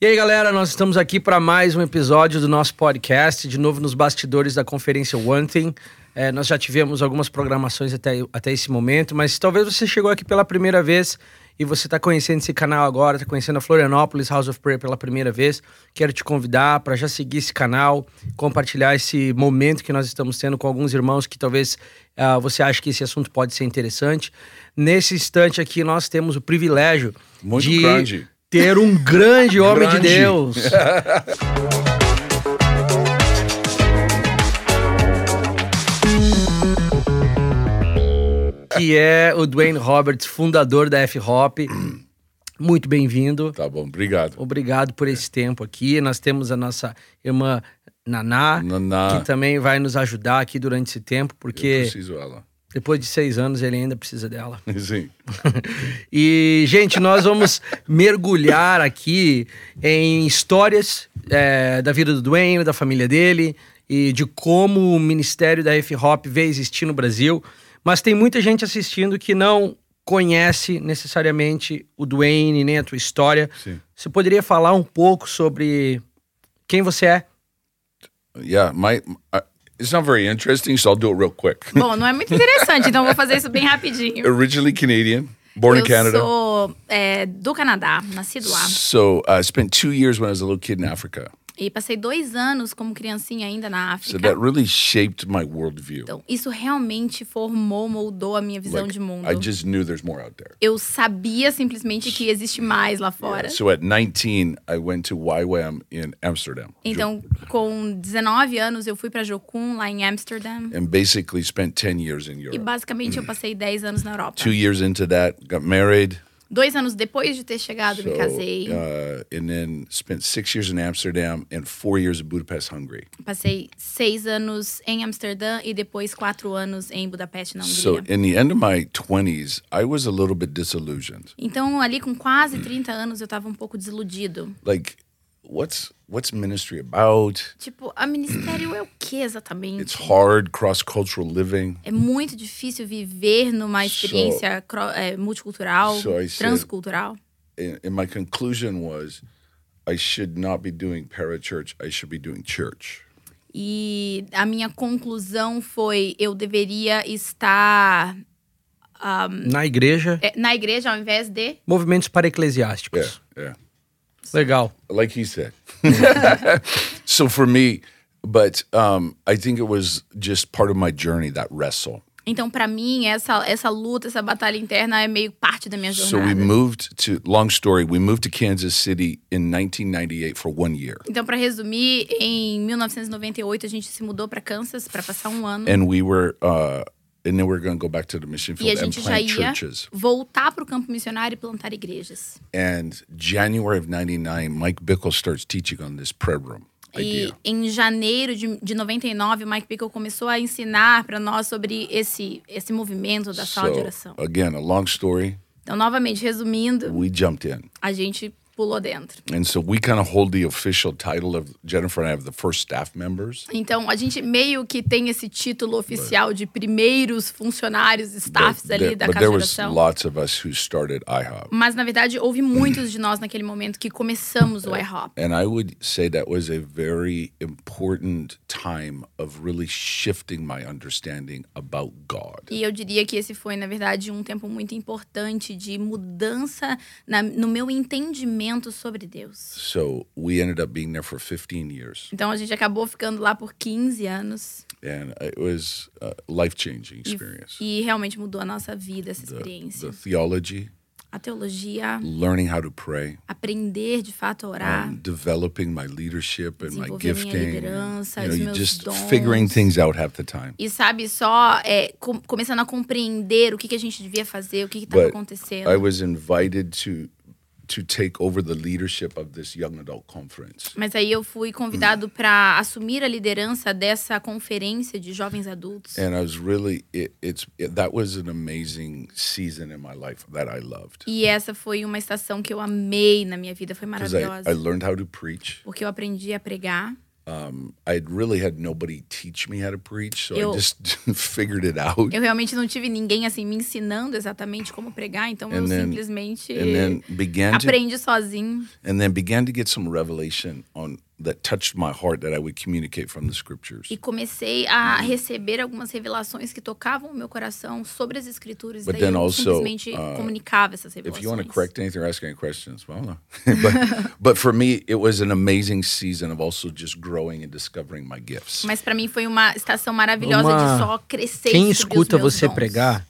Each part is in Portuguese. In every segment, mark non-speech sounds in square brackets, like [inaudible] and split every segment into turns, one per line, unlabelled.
E aí, galera, nós estamos aqui para mais um episódio do nosso podcast, de novo nos bastidores da conferência One Thing. É, nós já tivemos algumas programações até, até esse momento, mas talvez você chegou aqui pela primeira vez e você está conhecendo esse canal agora, está conhecendo a Florianópolis House of Prayer pela primeira vez. Quero te convidar para já seguir esse canal, compartilhar esse momento que nós estamos tendo com alguns irmãos que talvez ah, você ache que esse assunto pode ser interessante. Nesse instante aqui, nós temos o privilégio
Muito
de
grande.
ter um grande homem de
Grande. [laughs]
Deus. que é o Dwayne Roberts, fundador da F-Hop. Muito bem-vindo.
Tá bom, obrigado.
Obrigado por esse tempo aqui. Nós temos a nossa irmã Naná,
Naná,
que também vai nos ajudar aqui durante esse tempo,
eu
porque
preciso dela. [laughs]
depois de seis anos ele ainda precisa dela.
Sim.
E, gente, nós vamos mergulhar aqui em histórias é, da vida do Duane, da família dele e de como o ministério da F-Hop veio existir no Brasil. Mas tem muita gente assistindo que não conhece necessariamente o Duane nem a tua história.
Sim.
Você poderia falar um pouco sobre quem você é?
Yeah, my, I- it's not very interesting, so I'll do it real quick.
Bom, não é muito interessante, então eu vou fazer isso bem rapidinho.
Originally Canadian, born
eu
in Canada.
sou é, do Canadá, nasci lá.
So I spent two years when I was a little kid in Africa.
E passei dois anos como criancinha ainda na
So
África.
that really shaped my worldview.
Então, isso realmente formou, moldou a minha visão de mundo.
I just knew there's more out there.
Eu sabia simplesmente que existe mais lá fora.
So at 19, I went to YWAM in Amsterdam.
Então, com 19 anos, eu fui pra Jocum, lá em Amsterdã.
And basically spent 10 years in
E
Europe.
basicamente eu passei 10 anos na Europa.
Two years into that, got married.
Dois anos depois de ter chegado, me
So,
casei.
uh, and then spent six years in Amsterdam and four years in Budapest, Hungary.
Passei seis anos em Amsterdã e depois quatro anos em Budapeste, na Hungria.
So, in the end of my 20s, I was a little bit disillusioned.
Então, ali com quase 30 anos, eu tava um pouco desiludido.
Like, what's what's ministry about?
Tipo, a ministério é o que exatamente?
It's hard, cross-cultural living.
É muito difícil viver numa experiência cro- é, multicultural,
So I said-
transcultural.
And, and my conclusion was, I should not be doing parachurch. I should be doing church.
E a minha conclusão foi: eu deveria estar
Na igreja,
é, na igreja ao invés de.
movimentos para
Yeah,
eclesiásticos.
yeah.
Legal.
like he said. [laughs] so for me, but um, I think it was just part of my journey that wrestle.
Então, pra mim, essa, essa luta, essa batalha interna é meio parte da minha
So we
jornada.
moved to long story. We moved to Kansas City in 1998 for one year,
Então, pra resumir, em 1998 a gente se mudou pra Kansas pra passar um ano.
and we were, uh, and then we are going to go back to the mission
E a
field and
gente já
plant
ia
é churches.
voltar para o campo missionário e plantar igrejas.
And January of '99, Mike Bickle starts teaching on this prayer room idea.
E em janeiro de, de 99, o Mike Pickle começou a ensinar para nós sobre esse, esse movimento da sala de
So
oração.
again, a long story.
Então, novamente, resumindo,
We jumped in,
a gente pulou dentro.
and so we kind of hold the official title of Jennifer and I have the first staff members.
Então, a gente meio que tem esse título oficial de primeiros funcionários, staffs ali da
but
casa de
there was
oração.
lots of us who started IHOP.
Mas, na verdade, houve muitos de nós naquele momento
[coughs]
que começamos
É.
o IHOP.
And I would say that was a very important time of really shifting my understanding about God.
E eu diria que esse foi, na verdade, um tempo muito importante de mudança na- no meu entendimento sobre Deus.
So we ended up being there for 15 years,
Então a gente acabou ficando lá por 15 anos
and it was a life changing experience.
e realmente mudou a nossa vida essa
The
experiência.
theology,
A teologia,
learning how to pray,
aprender de fato a orar,
um, developing my leadership and my
Desenvolver minha
gifting, and,
liderança,
you know,
os
you
meus
just
dons.
figuring things out half the time.
e sabe, só é, com- começando a compreender o que, que a gente devia fazer, o que estava
But
acontecendo.
I was invited to to take over the leadership of this young adult conference.
Mas aí eu fui convidado para assumir a liderança dessa conferência de jovens adultos.
And I was really it, it's it, that was an amazing season in my life that I loved
E essa foi uma estação que eu amei na minha vida, foi
because é, I,
maravilhosa.
I learned how to preach.
Porque eu aprendi a pregar,
um, I really had nobody teach me how to preach, so
Eu-
I just [laughs] figured it out.
Eu realmente não tive ninguém assim me ensinando exatamente como pregar, então eu
And then-
simplesmente
and then began to
aprendi sozinho.
and then began to get some revelation on that touched my heart that I would communicate from the scriptures.
E comecei a receber algumas revelações que tocavam o meu coração sobre as escrituras.
But
e daí
then
eu
also,
simplesmente
uh,
comunicava essas
If
revelações.
you want to correct anything or ask any questions, well, no. [laughs] but but for me, it was an amazing season of also just growing and discovering my gifts.
Mas pra mim foi uma estação maravilhosa
Uma-
de só crescer. e
Quem
descobrir os
escuta
meus
você
dons.
pregar,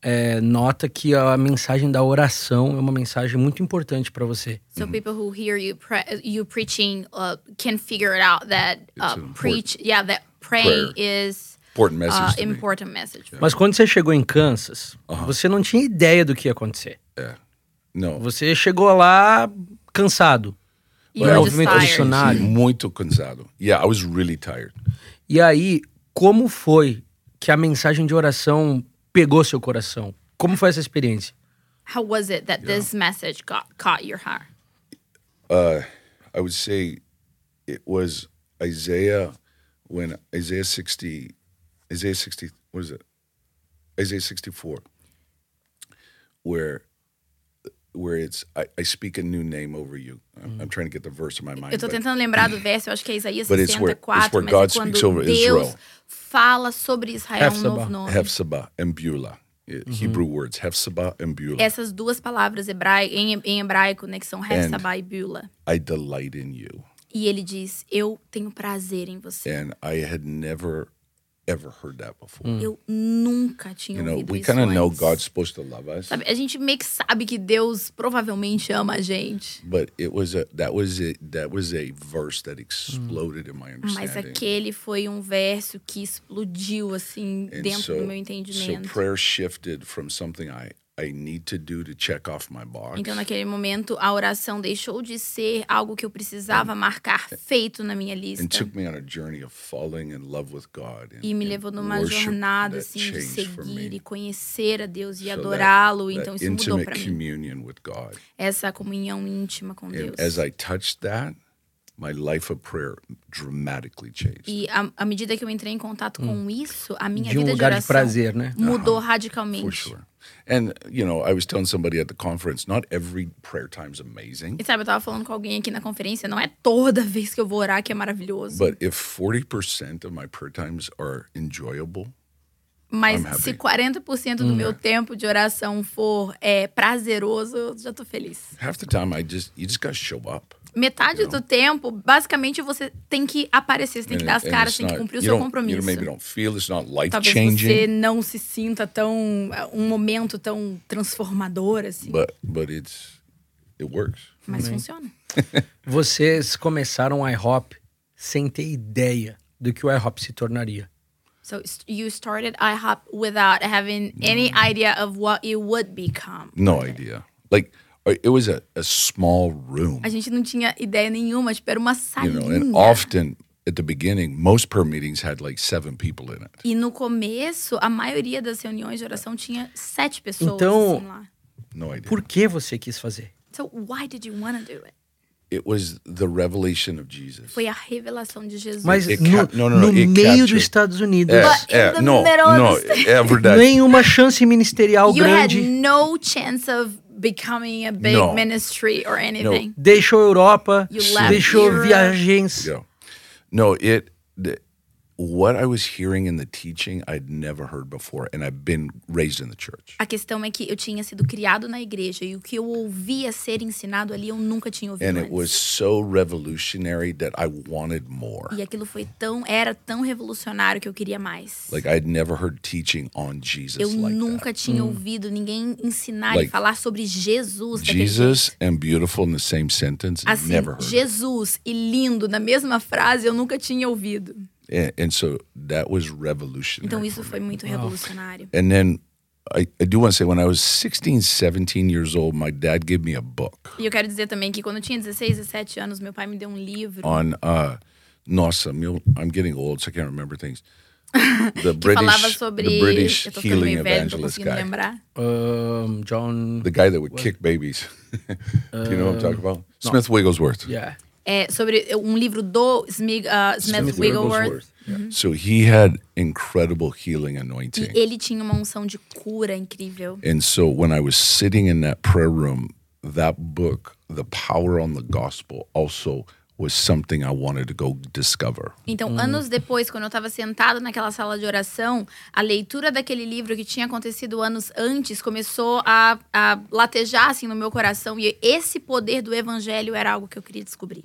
é, nota que a mensagem da oração é uma mensagem muito importante para você.
So
Mm-hmm.
people who hear you pre you preaching uh, can figure it out that uh,
an
preach yeah that praying
prayer.
is
Important message
uh,
to me.
important message.
Mas quando você chegou em Kansas, você não tinha ideia do que ia acontecer.
No.
Você chegou lá cansado.
You
Well,
are
movimento
just tired.
missionário. missionário.
Muito cansado. Yeah, I was really tired.
E aí, como foi que a mensagem de oração pegou seu coração? Como foi essa experiência?
How was it that this message got caught your heart?
I would say it was Isaiah when Isaiah 60, Isaiah 60, what is it? Isaiah 64, where where it's I, I speak a new name over you. I'm, I'm trying to get the verse in my mind.
Eu tô
but-
tentando lembrar do verso, eu acho que é Isaías
But it's where-
64,
it's where
mas
God
é quando
speaks over
Deus
Israel.
fala sobre Israel um novo
Hephzibah.
nome.
Hephzibah and Beulah, Yeah, Hebrew words, Hephzibah and Beulah.
Essas duas palavras hebrai- em, em hebraico, né, que são Hefsabá e Bula.
I delight in you.
E ele diz, eu tenho prazer em você.
And I had never, ever heard that before.
Eu nunca tinha
You know,
ouvido
we
isso
kind of know
antes.
God's supposed to love us.
Sabe, a gente meio que sabe que Deus provavelmente ama a gente.
but it was a that was a that was a verse that exploded in my
Mm. Mas
understanding.
aquele foi um verso que explodiu, assim, dentro do meu
so
entendimento.
prayer shifted from something I I need to do to check off my box
Então, naquele momento, a oração deixou de ser algo que eu precisava marcar feito na minha
and
lista.
took me on a journey of falling in love with God and,
E me
and
levou numa
worship
jornada,
that
assim, de
changed for
seguir
me.
e conhecer a Deus e
So that-
adorá-lo.
that
Então, isso mudou
intimate
pra mim.
communion with God.
Essa comunhão íntima com Deus.
And as I touched that, my life of prayer dramatically changed.
E à à medida que eu entrei em contato com isso, a minha
De um
vida
lugar
de
de
oração
prazer, né?
mudou
Hum. For
radicalmente.
sure. And you know, I was telling somebody at the conference, not every prayer time's amazing.
E sabe, eu tava falando com alguém aqui na conferência, não é toda vez que eu vou orar que é maravilhoso.
But if 40% of my prayer times are enjoyable,
mas
I'm happy. Hum, é.
se 40% do meu tempo de oração for é, prazeroso, eu já tô feliz.
half the time I just you just got to show up.
Metade do tempo, basicamente, você tem que aparecer, você tem que dar as
And
caras,
it's
tem que
not-
cumprir o
you
seu
don't- You
compromisso.
maybe don't feel it's not life
Talvez você
changing,
não se sinta tão. é, um momento tão transformador, assim.
but but it's it works.
mas funciona.
Vocês começaram o IHOP sem ter ideia do que o IHOP se tornaria.
So s- you started IHOP without having any idea of what it would become.
No idea. Like I- it was a, a small room,
A gente não tinha ideia nenhuma, tipo, era uma
you
salinha.
know, and often at the beginning most prayer meetings had like seven people in it.
E no começo, a maioria das reuniões de oração tinha sete pessoas
Então-
assim, lá.
No idea.
Por que você quis fazer?
So why did you wanna do it?
It was the revelation of Jesus.
Foi a revelação de Jesus.
Mas
It
no,
cap- no, no, no,
no
it
meio
captured.
dos Estados Unidos,
É,
But in
é,
the
no,
middle of
no,
the
[laughs]
stage-
é verdade.
nenhuma chance ministerial
you had
é grande.
no chance of becoming a big
No.
ministry or anything.
Deixou a Europa,
You left
deixou
Europe.
viagens.
Yeah. No, it. The, what I was hearing in the teaching, I'd never heard before, and I've been raised in the church.
A questão é que eu tinha sido criado na igreja e o que eu ouvia ser ensinado ali eu nunca tinha ouvido
And it
antes.
was so revolutionary that I wanted more.
E aquilo foi tão, era tão revolucionário que eu queria mais.
Like I'd never heard teaching on Jesus
eu
like
nunca
that. Hum.
tinha ouvido ninguém ensinar e
Like,
falar sobre Jesus. daquele
Jesus and beautiful in the same sentence,
Assim,
never heard. it.
Jesus e lindo na mesma frase eu nunca tinha ouvido.
And, and so that was revolutionary.
Então isso foi muito revolucionário.
and then I, I do want to say, when I was 16, 17 years old, my dad gave me a book.
E eu quero dizer também que quando eu tinha 16, 17 anos, meu pai me deu um livro
on uh nossa, meu, I'm getting old, so I can't remember
[laughs]
things. The
que falava
British,
sobre.
the British
eu tô ficando
healing
meio velho, não tô
evangelist
conseguindo
guy,
lembrar.
Um, John.
[laughs] the guy that would kick babies. Do you know what I'm talking about? Smith Wigglesworth.
Yeah.
é, sobre um livro do Smig, ah, Smith
Smith
Wigglesworth.
Wigglesworth.
So he had incredible healing anointing.
E ele tinha uma unção de cura incrível.
And so when I was sitting in that prayer room, that book, The Power on the Gospel, also was something I wanted to go discover.
Então, anos depois, quando eu estava sentada naquela sala de oração, a leitura daquele livro que tinha acontecido anos antes começou a, a latejar assim no meu coração. E esse poder do evangelho era algo que eu queria descobrir.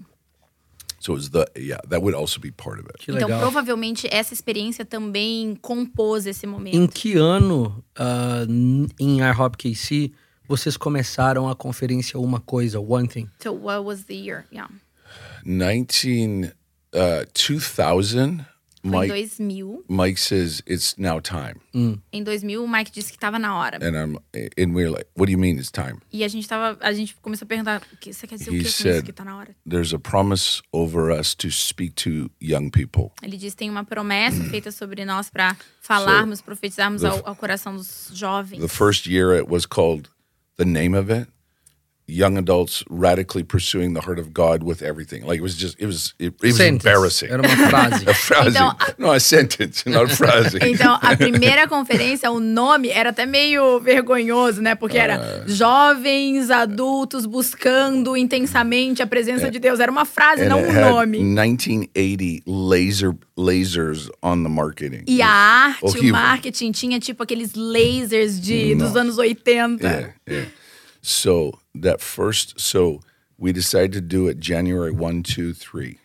So it was the yeah, that would also be part of it.
Que
Então,
legal.
provavelmente, essa experiência também compôs esse momento.
Hum.
Em que ano, ah, n- em iHop KC, vocês começaram a conferência Uma Coisa, One Thing?
So, what was the year? Yeah.
Nineteen uh two thousand,
Foi em
Mike
2000.
Mike says it's now time.
Em 2000, o Mike disse que estava na hora.
And I'm and we're like, What do you mean it's time?
E a gente tava, a gente começou a perguntar, "O que você quer dizer o
He
que com isso
said-
que tá na hora?
There's a promise over us to speak to young people.
Ele diz tem
[clears throat]
uma promessa feita sobre nós para falarmos, profetizarmos
the-
ao, ao coração dos jovens.
The first year it was called the name of it, Young Adults Radically Pursuing the Heart of God with Everything. Like it was just it was it, it was
Sentence.
embarrassing.
Era uma frase.
[laughs] A phrase.
Então,
no, a sentence, not a phrase.
Então, a primeira conferência, o nome era até meio vergonhoso, né? Porque era jovens adultos buscando intensamente a presença de Deus. Era uma frase,
and
não
it
um
had
nome.
1980 laser lasers on the marketing.
E a arte, o
horrível.
marketing tinha tipo aqueles lasers de, dos anos 80.
yeah, yeah. So that first, so we decided to do it January one, two, three.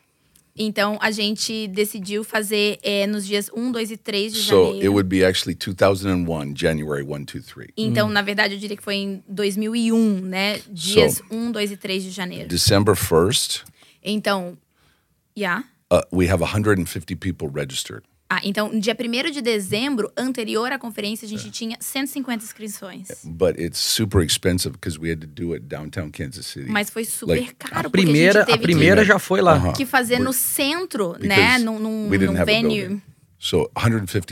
Então, a gente decidiu fazer eh, nos dias 1, 2 e 3
So
de
it
janeiro.
would be actually 2001, January one, two, three.
Então, na verdade, eu diria que foi em 2001, né? Dias 1, 2 e 3 de janeiro.
December 1st,
Então, yeah.
uh, we have 150 people registered.
Ah, então, no dia 1 de dezembro, anterior à conferência, a
É.
gente tinha 150 inscrições.
But it's super expensive because we had to do it downtown Kansas City.
Mas foi super
Like,
caro, porque
primeira,
a gente
a
teve
primeira já foi lá.
que, que fazer no centro, né?
Uh-huh. because
Num, num,
we didn't
num
have a
venue.
building. So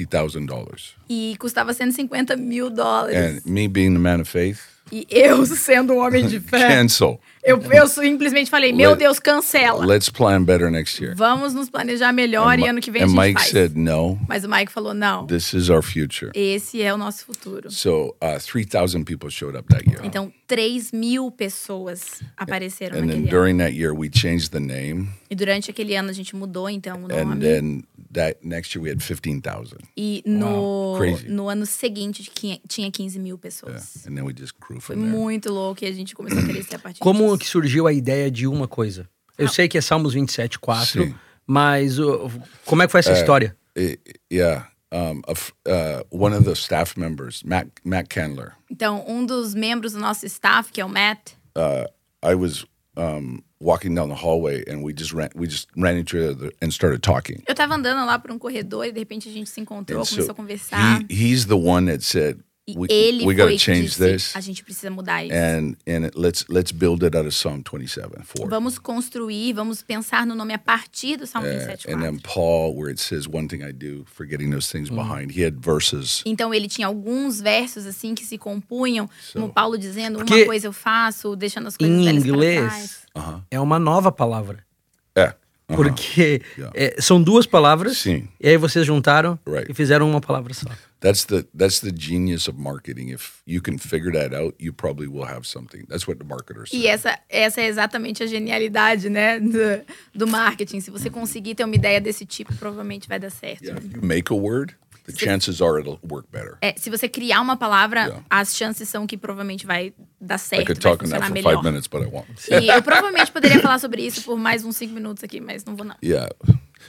$150,000.
E custava 150 mil dólares.
And me being the man of
[laughs]
faith,
E eu, sendo um homem de fé,
cancel.
eu,
É.
eu simplesmente falei, meu
Let-
Deus, cancela.
Let's plan better next year.
Vamos nos planejar melhor e ano que vem a
and
gente
é Mike
faz.
said, no,
Mas o Mike falou, não,
this is our future.
esse é o nosso futuro.
So uh, 3,000 people showed up that year.
Então, 3 mil pessoas apareceram
and then
naquele ano.
during that year, we changed the name.
E durante aquele ano a gente mudou, então, o
And
nome.
then that next year, we had 15,000.
E
Ah,
no,
crazy.
no ano seguinte tinha- tinha 15 mil
É,
pessoas.
And then we just grew
Foi
from there.
muito louco e a gente começou a crescer a partir
Como
disso.
que surgiu a ideia de Uma Coisa?
Ah.
Eu sei que é Salmos 27, 4,
Sim.
mas o- como é que foi essa história?
It- yeah. Um, a f- uh, one of the staff members, Matt, Matt Candler,
Então, um dos membros do nosso staff, que é o Matt,
uh, I was um, walking down the hallway and we just ran, we just ran into each other and started talking.
eu tava andando lá por um corredor e de repente a gente se encontrou,
And
começou a conversar.
he, he's the one that said,
E
we,
ele
we got
foi
to
que
change
disse,
this É.
a gente precisa mudar isso.
and, and it, let's, let's build it out of Psalm 27, 4.
Vamos construir, vamos pensar no nome a partir do Salmo
Uh,
27.
and then Paul, where it says, one thing I do, forgetting those things behind. He had verses.
Então ele tinha alguns versos assim que se compunham, como Paulo dizendo,
Porque-
uma coisa eu faço, deixando as coisas
Em
velhas para trás.
inglês, é uma nova palavra.
Yeah. Uh-huh.
Porque
Yeah.
é, são duas palavras,
Sim.
e aí vocês juntaram
Right.
e fizeram uma palavra só.
That's the that's the genius of marketing. If you can figure that out, you probably will have something. That's what the marketers say.
E essa, essa é exatamente a genialidade, né, do, do marketing. Se você conseguir ter uma ideia desse tipo, provavelmente vai dar certo.
Yeah, If you make a word, the chances are it'll work better.
É, se você criar uma palavra,
Yeah.
as chances são que provavelmente vai dar
I
certo,
could
vai
talk on that
funcionar
for
melhor.
five minutes, but I won't.
E eu provavelmente poderia falar sobre isso por mais uns cinco minutos aqui, mas não vou não.
Yeah.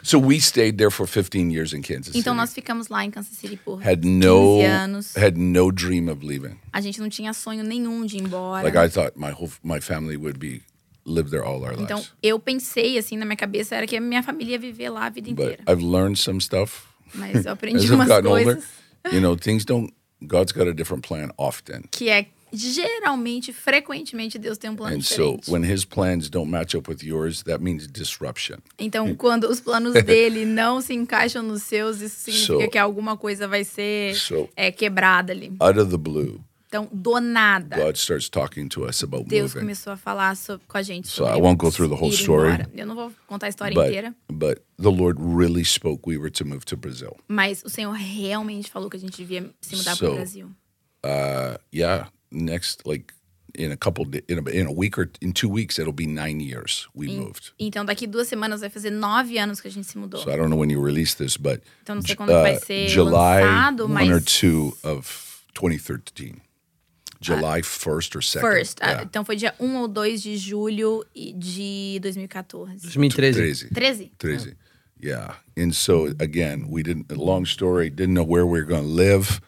So we stayed there for 15 years in Kansas
Então
City.
nós ficamos lá em Kansas City por
Had
15
no
anos.
had no dream of leaving.
A gente não tinha sonho nenhum de ir embora.
Like I thought my whole my family would be live there all our lives.
Então, eu pensei, assim, na minha cabeça, era que a minha família ia viver lá a vida
but
inteira.
I've learned some stuff
Mas eu
[laughs] as
aprendi
I've
umas
gotten older.
[laughs] coisas
You know, things don't God's got a different plan often.
que é, geralmente, frequentemente, Deus tem um plano
And so
diferente.
when his plans don't match up with yours, that means disruption.
Então, quando
[laughs]
os planos dele não se encaixam nos seus, isso significa
So-
que alguma coisa vai ser
so-
é, quebrada ali.
Out of the blue,
cristão do nada.
God starts talking to us about
Deus
moving.
começou a falar so- com a gente
So
sobre
I won't go through the whole
ir
story.
embora. Eu não vou contar a história
But,
inteira,
but the Lord really spoke. We were to move to Brazil.
mas o Senhor realmente falou que a gente devia se mudar
So-
para o Brasil.
Uh, yeah, next like in a couple di- in a, in a week or in two weeks it'll be nine years we moved.
Então daqui duas semanas vai fazer nove anos que a gente se mudou.
So I don't know when you release this, but
Então não sei quando
uh,
vai ser
July
lançado,
one or
mas
two of 2013, July first or second.
first. Ah,
yeah.
Então foi dia 1 ou 2 de julho e- de 2014.
2013.
Crazy.
13?
Crazy. Yeah. And so again, we didn't. Long story. Didn't know where we were going to live,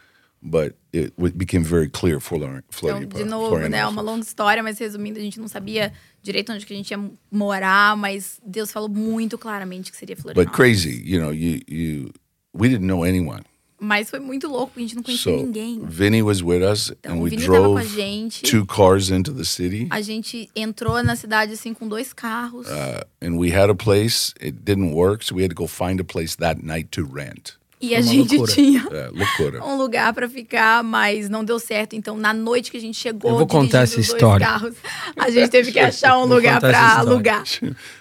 but it, w became very clear for Flor-
Então,
Floripa.
de novo,
Florianópolis.
né? Uma longa história, mas resumindo, a gente não sabia direito onde que a gente ia morar, mas Deus falou muito claramente que seria
But
Florianópolis.
crazy, you know. You you. We didn't know anyone.
Mas foi muito louco, porque a gente não conhecia
So
ninguém.
Vinny was with us,
Então,
and
o
we
Vini tava com a
drove
gente.
two cars into the city,
A gente entrou na cidade, assim, com dois carros.
Ah,
uh, and we had a place. It didn't work, so we had to go find a place that night to rent.
e a
uma
gente
loucura.
[laughs]
É.
tinha
Uh, loucura. [laughs]
um lugar pra ficar, mas não deu certo. Então, na noite que a gente chegou,
Eu vou contar
dirigindo
essa
os dois
história.
carros, a gente teve que achar
[laughs]
um
Vou
lugar
contar essa
pra
história.
alugar.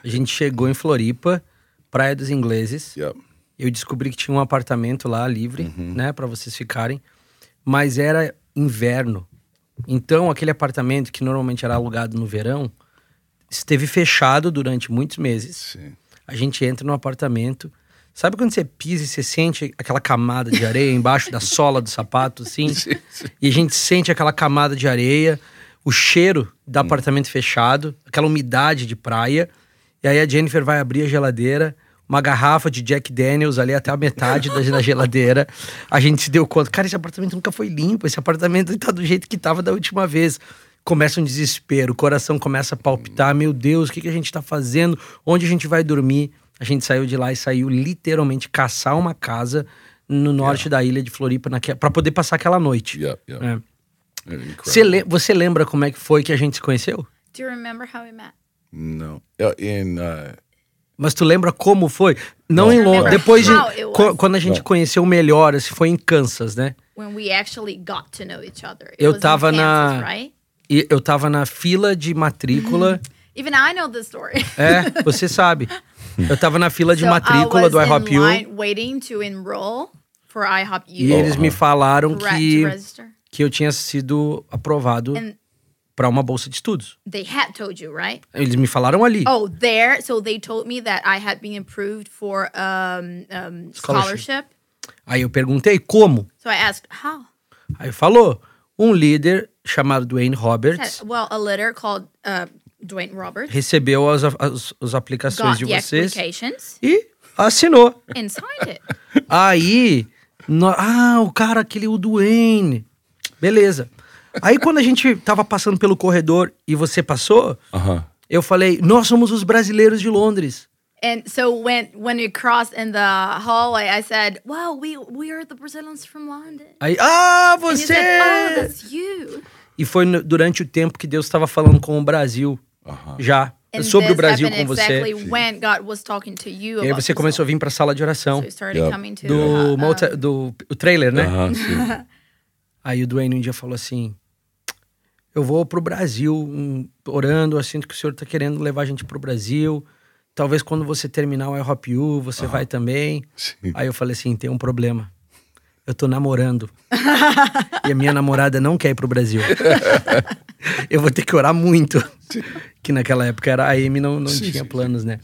A gente chegou em Floripa, Praia dos Ingleses.
Yep.
Eu descobri que tinha um apartamento lá livre,
Uhum.
né, Pra vocês ficarem. Mas era inverno. Então, aquele apartamento que normalmente era alugado no verão, esteve fechado durante muitos meses.
Sim.
A gente entra no apartamento. Sabe quando você pisa e você sente aquela camada de areia embaixo da sola do sapato, assim? E a gente sente aquela camada de areia, o cheiro do apartamento fechado, aquela umidade de praia. E aí a Jennifer vai abrir a geladeira, uma garrafa de Jack Daniels ali até a metade da, da geladeira. A gente se deu conta, cara, esse apartamento nunca foi limpo, esse apartamento tá do jeito que tava da última vez. Começa um desespero, o coração começa a palpitar. Meu Deus, o que, que a gente tá fazendo? Onde a gente vai dormir? A gente saiu de lá e saiu literalmente caçar uma casa no norte da ilha de Floripa naque- pra poder passar aquela noite.
Yep. Yep.
É.
Incredible.
Você, le- você lembra como é que foi que a gente se conheceu?
Do you remember how we met?
No. Uh, in uh,
Mas tu lembra como foi? Não, em Londres.
Remember
Depois de.
how it was.
co- quando a gente
Não.
conheceu melhor, assim, foi em Kansas, né?
When we actually got to know each other. It
Eu
was in
tava
Kansas,
na-
Right?
E eu tava na fila de
[gasps]
matrícula.
Even I know the story.
é, você sabe. Eu tava na fila de
So I
matrícula do
was in
IHOPU
line waiting to enroll for IHOPU.
e eles me falaram
Correct,
que,
register.
que eu tinha sido aprovado
And-
pra uma bolsa de estudos.
They had told you, right?
Eles me falaram ali.
Oh, there. So they told me that I had been approved for um, um,
Scholarship.
scholarship.
Aí eu perguntei como.
So I asked, how?
Aí falou: um líder chamado Dwayne
I
Roberts
said, Well, a letter called uh, Dwayne Roberts
recebeu as, as, as aplicações
got
de
the
vocês
applications
e assinou.
and signed it. [laughs]
Aí, nó- ah, o cara, aquele o Duane. Beleza. Aí quando a gente tava passando pelo corredor e você passou,
uh-huh.
eu falei, nós somos os brasileiros de Londres.
And so when when we crossed in the hallway, I said, "Well, we we are the Brazilians from London."
Aí, ah,
And you said, "Oh,
você!
that's you."
E foi no- durante o tempo que Deus estava falando com o Brasil, já,
And
sobre o
this
Brasil com
happened
você.
exactly when God was talking to you
E aí
about
você começou a vir pra sala de oração
So you started
Yeah.
coming to
do,
uh,
multi- do o trailer, né?
Uh-huh. [laughs] sim.
Aí o Duane um dia falou assim: Eu vou pro Brasil, hum, orando, eu sinto que o senhor tá querendo levar a gente pro Brasil. Talvez quando você terminar o IHOPU, você vai também.
Sim.
Aí eu falei assim: tem um problema. Eu tô namorando. e a minha namorada não quer ir pro
[laughs]
Brasil. eu vou ter que orar muito. que naquela época era a Amy não, não
Sim,
tinha
sim,
planos, né?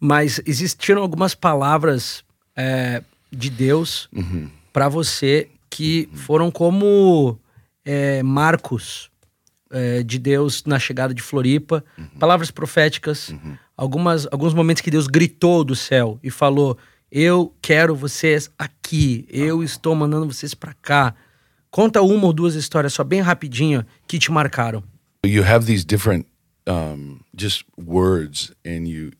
Mas existiram algumas palavras é, de Deus
Uhum.
pra você que foram como é, marcos é, de Deus na chegada de Floripa,
Uhum.
palavras proféticas, algumas, alguns momentos que Deus gritou do céu e falou: Eu quero vocês aqui, eu estou mandando vocês pra cá. Conta uma ou duas histórias só bem rapidinho que te marcaram.
you have these different um, just words and you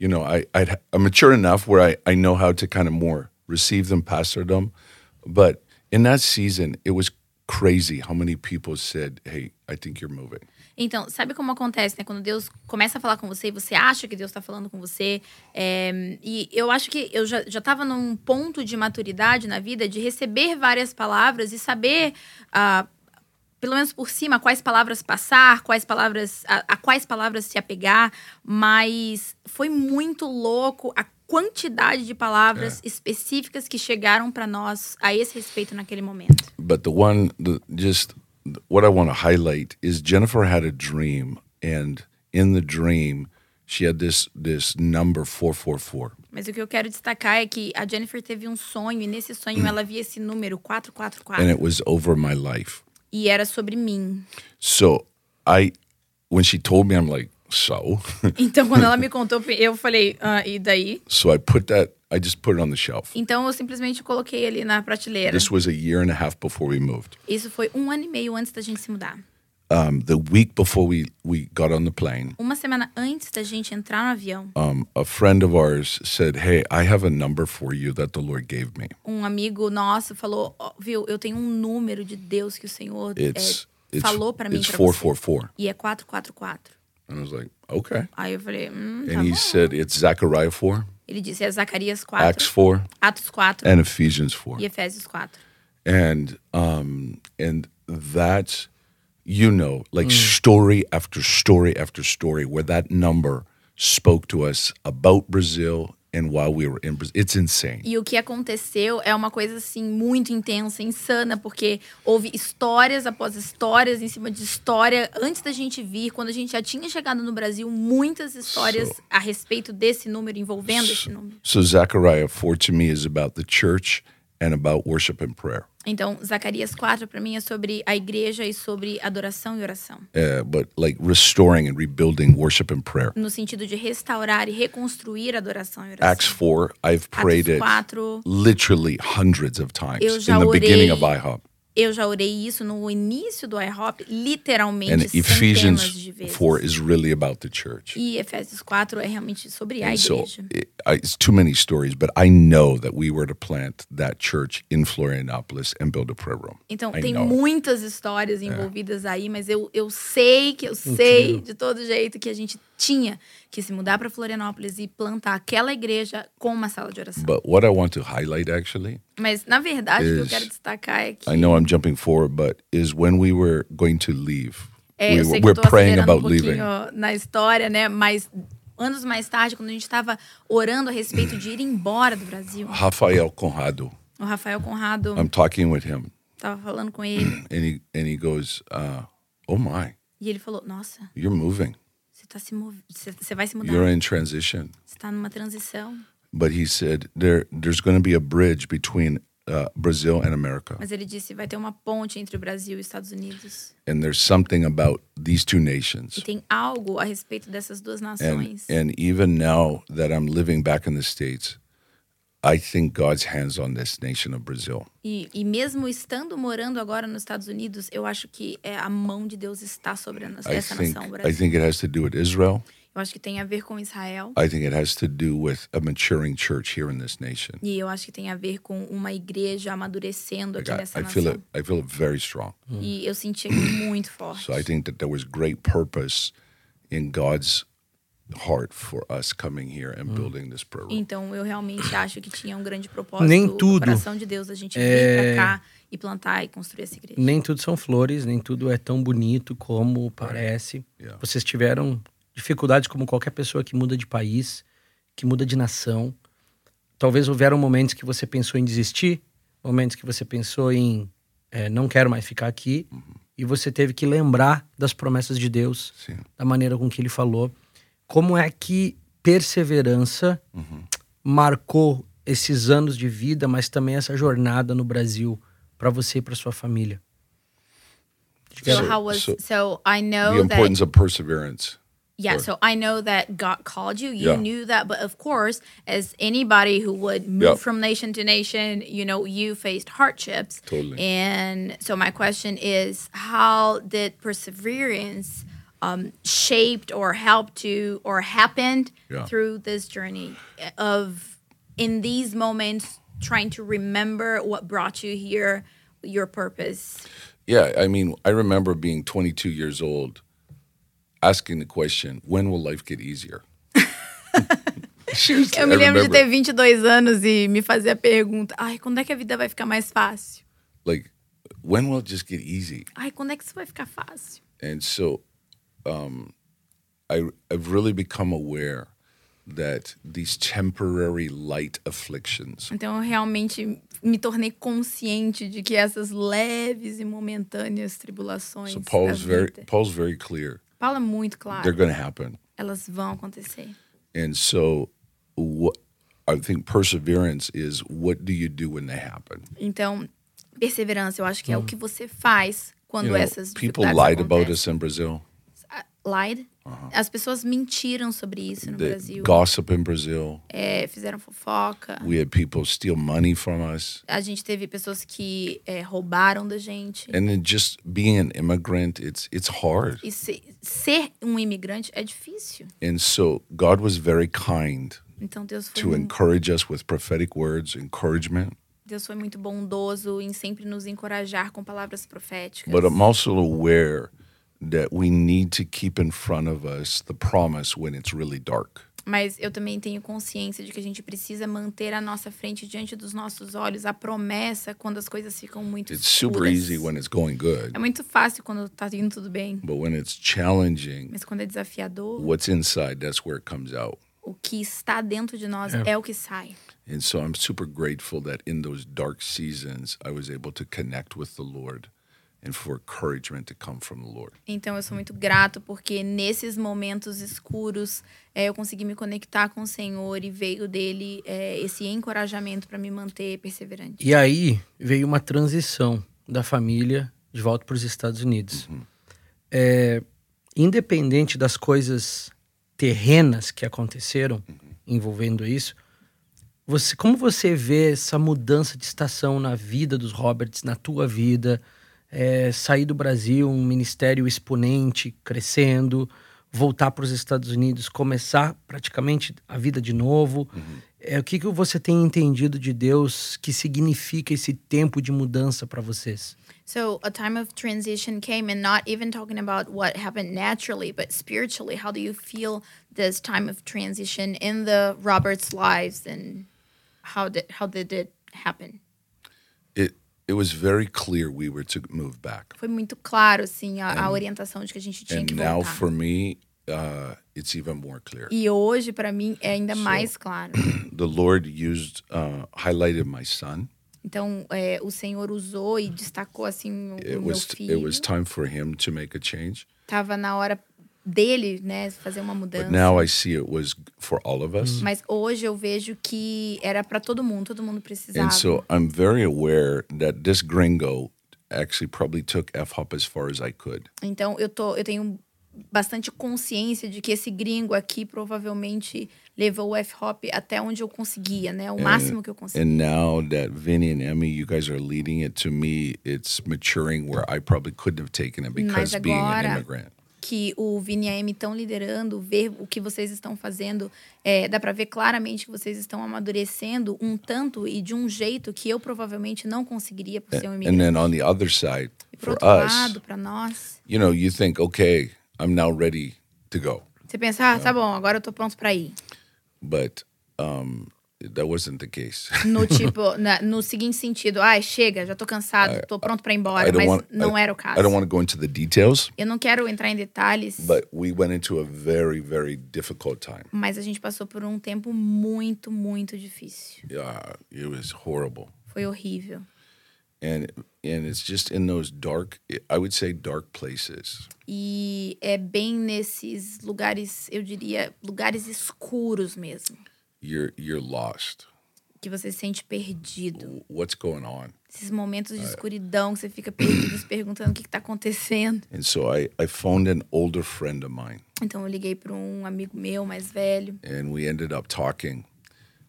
you know I i am mature enough where I, I know how to kind of more receive them pastor them but in that season it was crazy how many people said hey I think you're moving
Então, sabe como acontece, né? Quando Deus começa a falar com você e você acha que Deus tá falando com você. é, e eu acho que eu já, já tava num ponto de maturidade na vida de receber várias palavras e saber ah, pelo menos por cima, quais palavras passar, quais palavras a, a quais palavras se apegar, mas foi muito louco a quantidade de palavras específicas que chegaram para nós a esse respeito naquele momento.
but the one the, just what i want to highlight is jennifer had a dream and in the dream she had this this number 444
Mas o que eu quero destacar é que a Jennifer teve um sonho e nesse sonho ela via esse número
and
444
it was over my life
e era sobre mim. [laughs]
so i when she told me i'm like so [laughs]
Então quando ela me contou, eu falei, ah, e daí?
so i put that i just put it on the shelf
Então eu simplesmente coloquei ali na prateleira.
this was a year and a half before we moved
Isso foi um ano e meio antes da gente se mudar.
um, the week before we we got on the plane
Uma semana antes da gente entrar no avião,
um, a friend of ours said hey i have a number for you that the lord gave me
um amigo nosso falou, "Ó, viu, eu tenho um número de Deus que o Senhor é,
it's it's
Eh, falou pra mim
it's
pra
four
você.
four four.
E é 444.
And I was like, okay.
Aí eu falei, hum, tá
And he
bom.
said it's Zechariah four,
Ele disse, é Zacarias 4,
Acts É. four,
Atos 4
and Ephesians four.
e Efésios 4.
And um and that's you know like story after story after story where that number spoke to us about Brazil and while we were in Brazil. It's insane.
E o que aconteceu é uma coisa assim muito intensa, insana, porque houve histórias após histórias em cima de história antes da gente vir, quando a gente já tinha chegado no Brasil, muitas histórias a respeito desse número envolvendo esse número.
So Zechariah four to me is about the church and about worship and prayer.
Então, Zacarias 4 para mim é sobre a igreja e sobre adoração e oração,
Uh, but like restoring and rebuilding worship and prayer.
no sentido de restaurar e reconstruir a adoração e oração.
Acts 4, I've prayed it
Atos 4,
literally hundreds of times
Eu já
in the beginning of
orei.
IHOP.
eu já orei isso no início do IHOP,
And
literalmente centenas de
Ephesians
vezes.
4 is really about the church.
E Efésios 4 é realmente sobre a
And so
igreja.
it, I, it's too many stories, but I know that we were to plant that church in Florianopolis and build a prayer room.
Então,
I
tem
know. É.
muitas histórias envolvidas aí, mas eu, eu sei que eu sei de todo jeito que a gente tinha que se mudar para Florianópolis e plantar aquela igreja com uma sala de oração.
But what I want to highlight actually,
Mas, na verdade, o que eu
Is-
quero destacar é que.
I know I'm jumping forward, but is when we were going to leave,
É, eu
we,
sei
were-
que eu
we're
tô
praying
acelerando um
about
pouquinho
leaving.
na história, né? Mas anos mais tarde, quando a gente estava orando a respeito de ir embora do Brasil,
Rafael Conrado,
o Rafael Conrado
I'm talking with him,
tava falando com ele
and he, and he goes, uh, Oh my,
e ele falou: Nossa,
you're moving.
você tá se mov... você- você vai se
you're
mudar,
in transition.
você tá numa transição.
But he said there there's going to be a bridge between uh, Brazil and America,
Mas ele disse vai ter uma ponte entre o Brasil e os Estados Unidos.
and there's something about these two
E
nations.
tem algo a respeito dessas duas
And
nações.
and even now that I'm living back in the states, I think God's hands on this nation of Brazil.
E, e mesmo estando morando agora nos Estados Unidos, eu acho que é, a mão de Deus está sobre a,
I
essa
think
nação, o
I
Brasil.
think it has to do with Israel.
Eu acho que tem a ver com Israel.
I think it has to do with a maturing church here in this nation.
E eu acho que tem a ver com uma igreja amadurecendo
Like
aqui
I,
nessa
I
nação.
feel it. I feel it very strong.
Hum.
E
[coughs]
eu senti aqui muito forte.
So I think that there was great purpose in God's heart for us coming here and building this prayer room.
Então eu realmente acho que tinha um grande propósito.
Nem
O
tudo. É.
coração de Deus, a gente vir pra cá e plantar e construir essa igreja.
Nem tudo são flores, nem tudo é tão bonito como parece.
É. Yeah.
Vocês tiveram dificuldades como qualquer pessoa que muda de país, que muda de nação. Talvez houveram momentos que você pensou em desistir, momentos que você pensou em eh, não quero mais ficar aqui.
Uhum.
E você teve que lembrar das promessas de Deus,
Sim.
da maneira com que ele falou. Como é que perseverança
Uhum.
marcou esses anos de vida, mas também essa jornada no Brasil para você e para sua família?
So,
So-
how was
so-
so, I
the
know Oh, that
importance of perseverance.
Yeah, so I know that God called you. You
Yeah.
knew that, but of course, as anybody who would move
Yeah.
from nation to nation, you know, you faced hardships.
Totally.
And so my question is, how did perseverance um, shaped or helped to or happened
Yeah.
through this journey of in these moments trying to remember what brought you here, your purpose?
Yeah, I mean, I remember being 22 years old, asking the question, "When will life get
[laughs]
easier?" Seriously,
Eu
[laughs]
me
I
lembro de
remember,
ter 22 anos e me fazer a pergunta: ai, quando é que a vida vai ficar mais fácil?
like, when will it just get easy?
Ai, quando é que isso vai ficar fácil?
And so, um, I I've really become aware that these temporary light afflictions
Então eu realmente me tornei consciente de que essas leves e momentâneas tribulações
So
da
Paul's very
vida,
Paul's very clear.
Paulo é muito
They're
claro,
going to happen,
elas vão acontecer.
and so what I think perseverance is what do you do when they happen?
Então, perseverança, eu acho que é o que você faz quando
Uhum. You know,
essas
people
dificuldades
lied about
acontecem.
us Uh-huh. in Brazil.
Ah, Lied? As pessoas mentiram sobre isso no
The
Brasil.
gossip in Brazil.
É, fizeram fofoca.
We had people steal money from us,
A gente teve pessoas que é, roubaram da gente.
and then just being an immigrant, it's it's hard.
E se- ser um imigrante é difícil.
And so God was very kind
Então Deus foi,
to
muito,
encourage us with prophetic words, encouragement.
Deus foi muito bondoso em sempre nos encorajar com palavras proféticas.
But I'm also aware that we need to keep in front of us the promise when it's really dark.
Mas eu também tenho consciência de que a gente precisa manter à nossa frente, diante dos nossos olhos, a promessa quando as coisas ficam muito
It's super
escuras.
easy when it's going good,
É muito fácil quando tá indo tudo bem,
but when it's challenging,
mas quando é desafiador,
what's inside, that's where it comes out.
o que está dentro de nós é, o que sai.
And so I'm super grateful that in those dark seasons, I was able to connect with the Lord and for encouragement to come from the Lord.
Então eu sou muito grato porque nesses momentos escuros é, eu consegui me conectar com o Senhor e veio dele é, esse encorajamento para me manter perseverante.
E aí veio uma transição da família de volta para os Estados Unidos. É, independente das coisas terrenas que aconteceram envolvendo isso, você, como você vê essa mudança de estação na vida dos Roberts, na tua vida? É, sair do Brasil, um ministério exponente, crescendo, voltar para os Estados Unidos, começar praticamente a vida de novo. É, o que, que você tem entendido de Deus que significa esse tempo de mudança para vocês?
So a time of transition came and not even talking about what happened naturally, but spiritually, how do you feel this time of transition in the Roberts lives and how did how did it happen?
It, it was very clear we were to move back.
Foi muito claro assim a, a orientação de que a gente tinha que
And
voltar.
now for me, uh, it's even more clear.
E hoje para mim é ainda mais claro.
The Lord used, uh, highlighted my son.
Então, é, o Senhor usou e destacou assim o, o
It
meu
was, it
filho.
was time for him to make a change.
Tava na hora dele, né, fazer uma mudança.
But now I see it was for all of us.
Mas hoje eu vejo que era para todo mundo, todo mundo precisava.
And so I'm very aware that this gringo actually probably took F hop as far as I could.
Então, eu tô eu tenho bastante consciência de que esse gringo aqui provavelmente levou o F-Hop até onde eu conseguia, né?
É.
O máximo que eu conseguia.
And now that Vinny and Emmy, you guys are leading it to me, it's maturing where I probably couldn't have taken it because being an
agora-
immigrant.
que o Vini e a Amy estão liderando, ver o que vocês estão fazendo, é, dá para ver claramente que vocês estão amadurecendo um tanto e de um jeito que eu provavelmente não conseguiria por ser um
And
imigrante.
then on the other side,
E por
É, for
outro
us,
lado, para nós,
you know, you think, okay, I'm now ready to go.
você pensa, ah, tá bom, agora eu tô pronto para ir.
But um, that wasn't the case. [laughs]
No tipo, na- no seguinte sentido, ai, chega, já tô cansado, tô pronto para ir
É, I
embora,
don't
mas
want-
não era o caso.
I don't want to go into the details,
Eu não quero entrar em detalhes,
but we went into a very, very difficult time.
mas a gente passou por um tempo muito, muito difícil.
Yeah, uh, it was horrible.
Foi horrível.
and and it's just in those dark i would say dark places
E é bem nesses lugares, eu diria, lugares escuros mesmo,
you're you're lost
que você se sente perdido.
what's going on
Esses momentos de escuridão que você fica perdido, se perguntando o que, que tá acontecendo.
and so i i phoned an older friend of mine
Então eu liguei para um amigo meu mais velho
and we ended up talking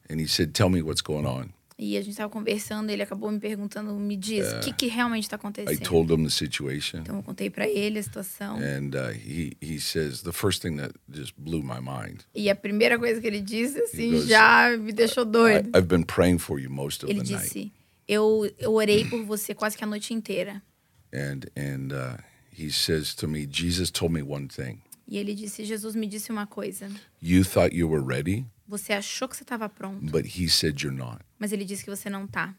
and he said tell me what's going on
e a gente tava conversando, ele acabou me perguntando, me diz, o que que realmente tá
i
acontecendo?
told him the situation
Então eu contei para ele a situação
and uh, he he says the first thing that just blew my mind
e a primeira coisa que ele disse assim
goes,
já me deixou
I,
doido.
i've been praying for you most of
Ele
the night
disse: eu, eu orei por você quase que a noite inteira.
and and uh, he says to me jesus told me one thing
E ele disse: Jesus me disse uma coisa.
you thought you were ready
Você achou que você estava pronto,
but he said you're not
mas ele disse que você não tá.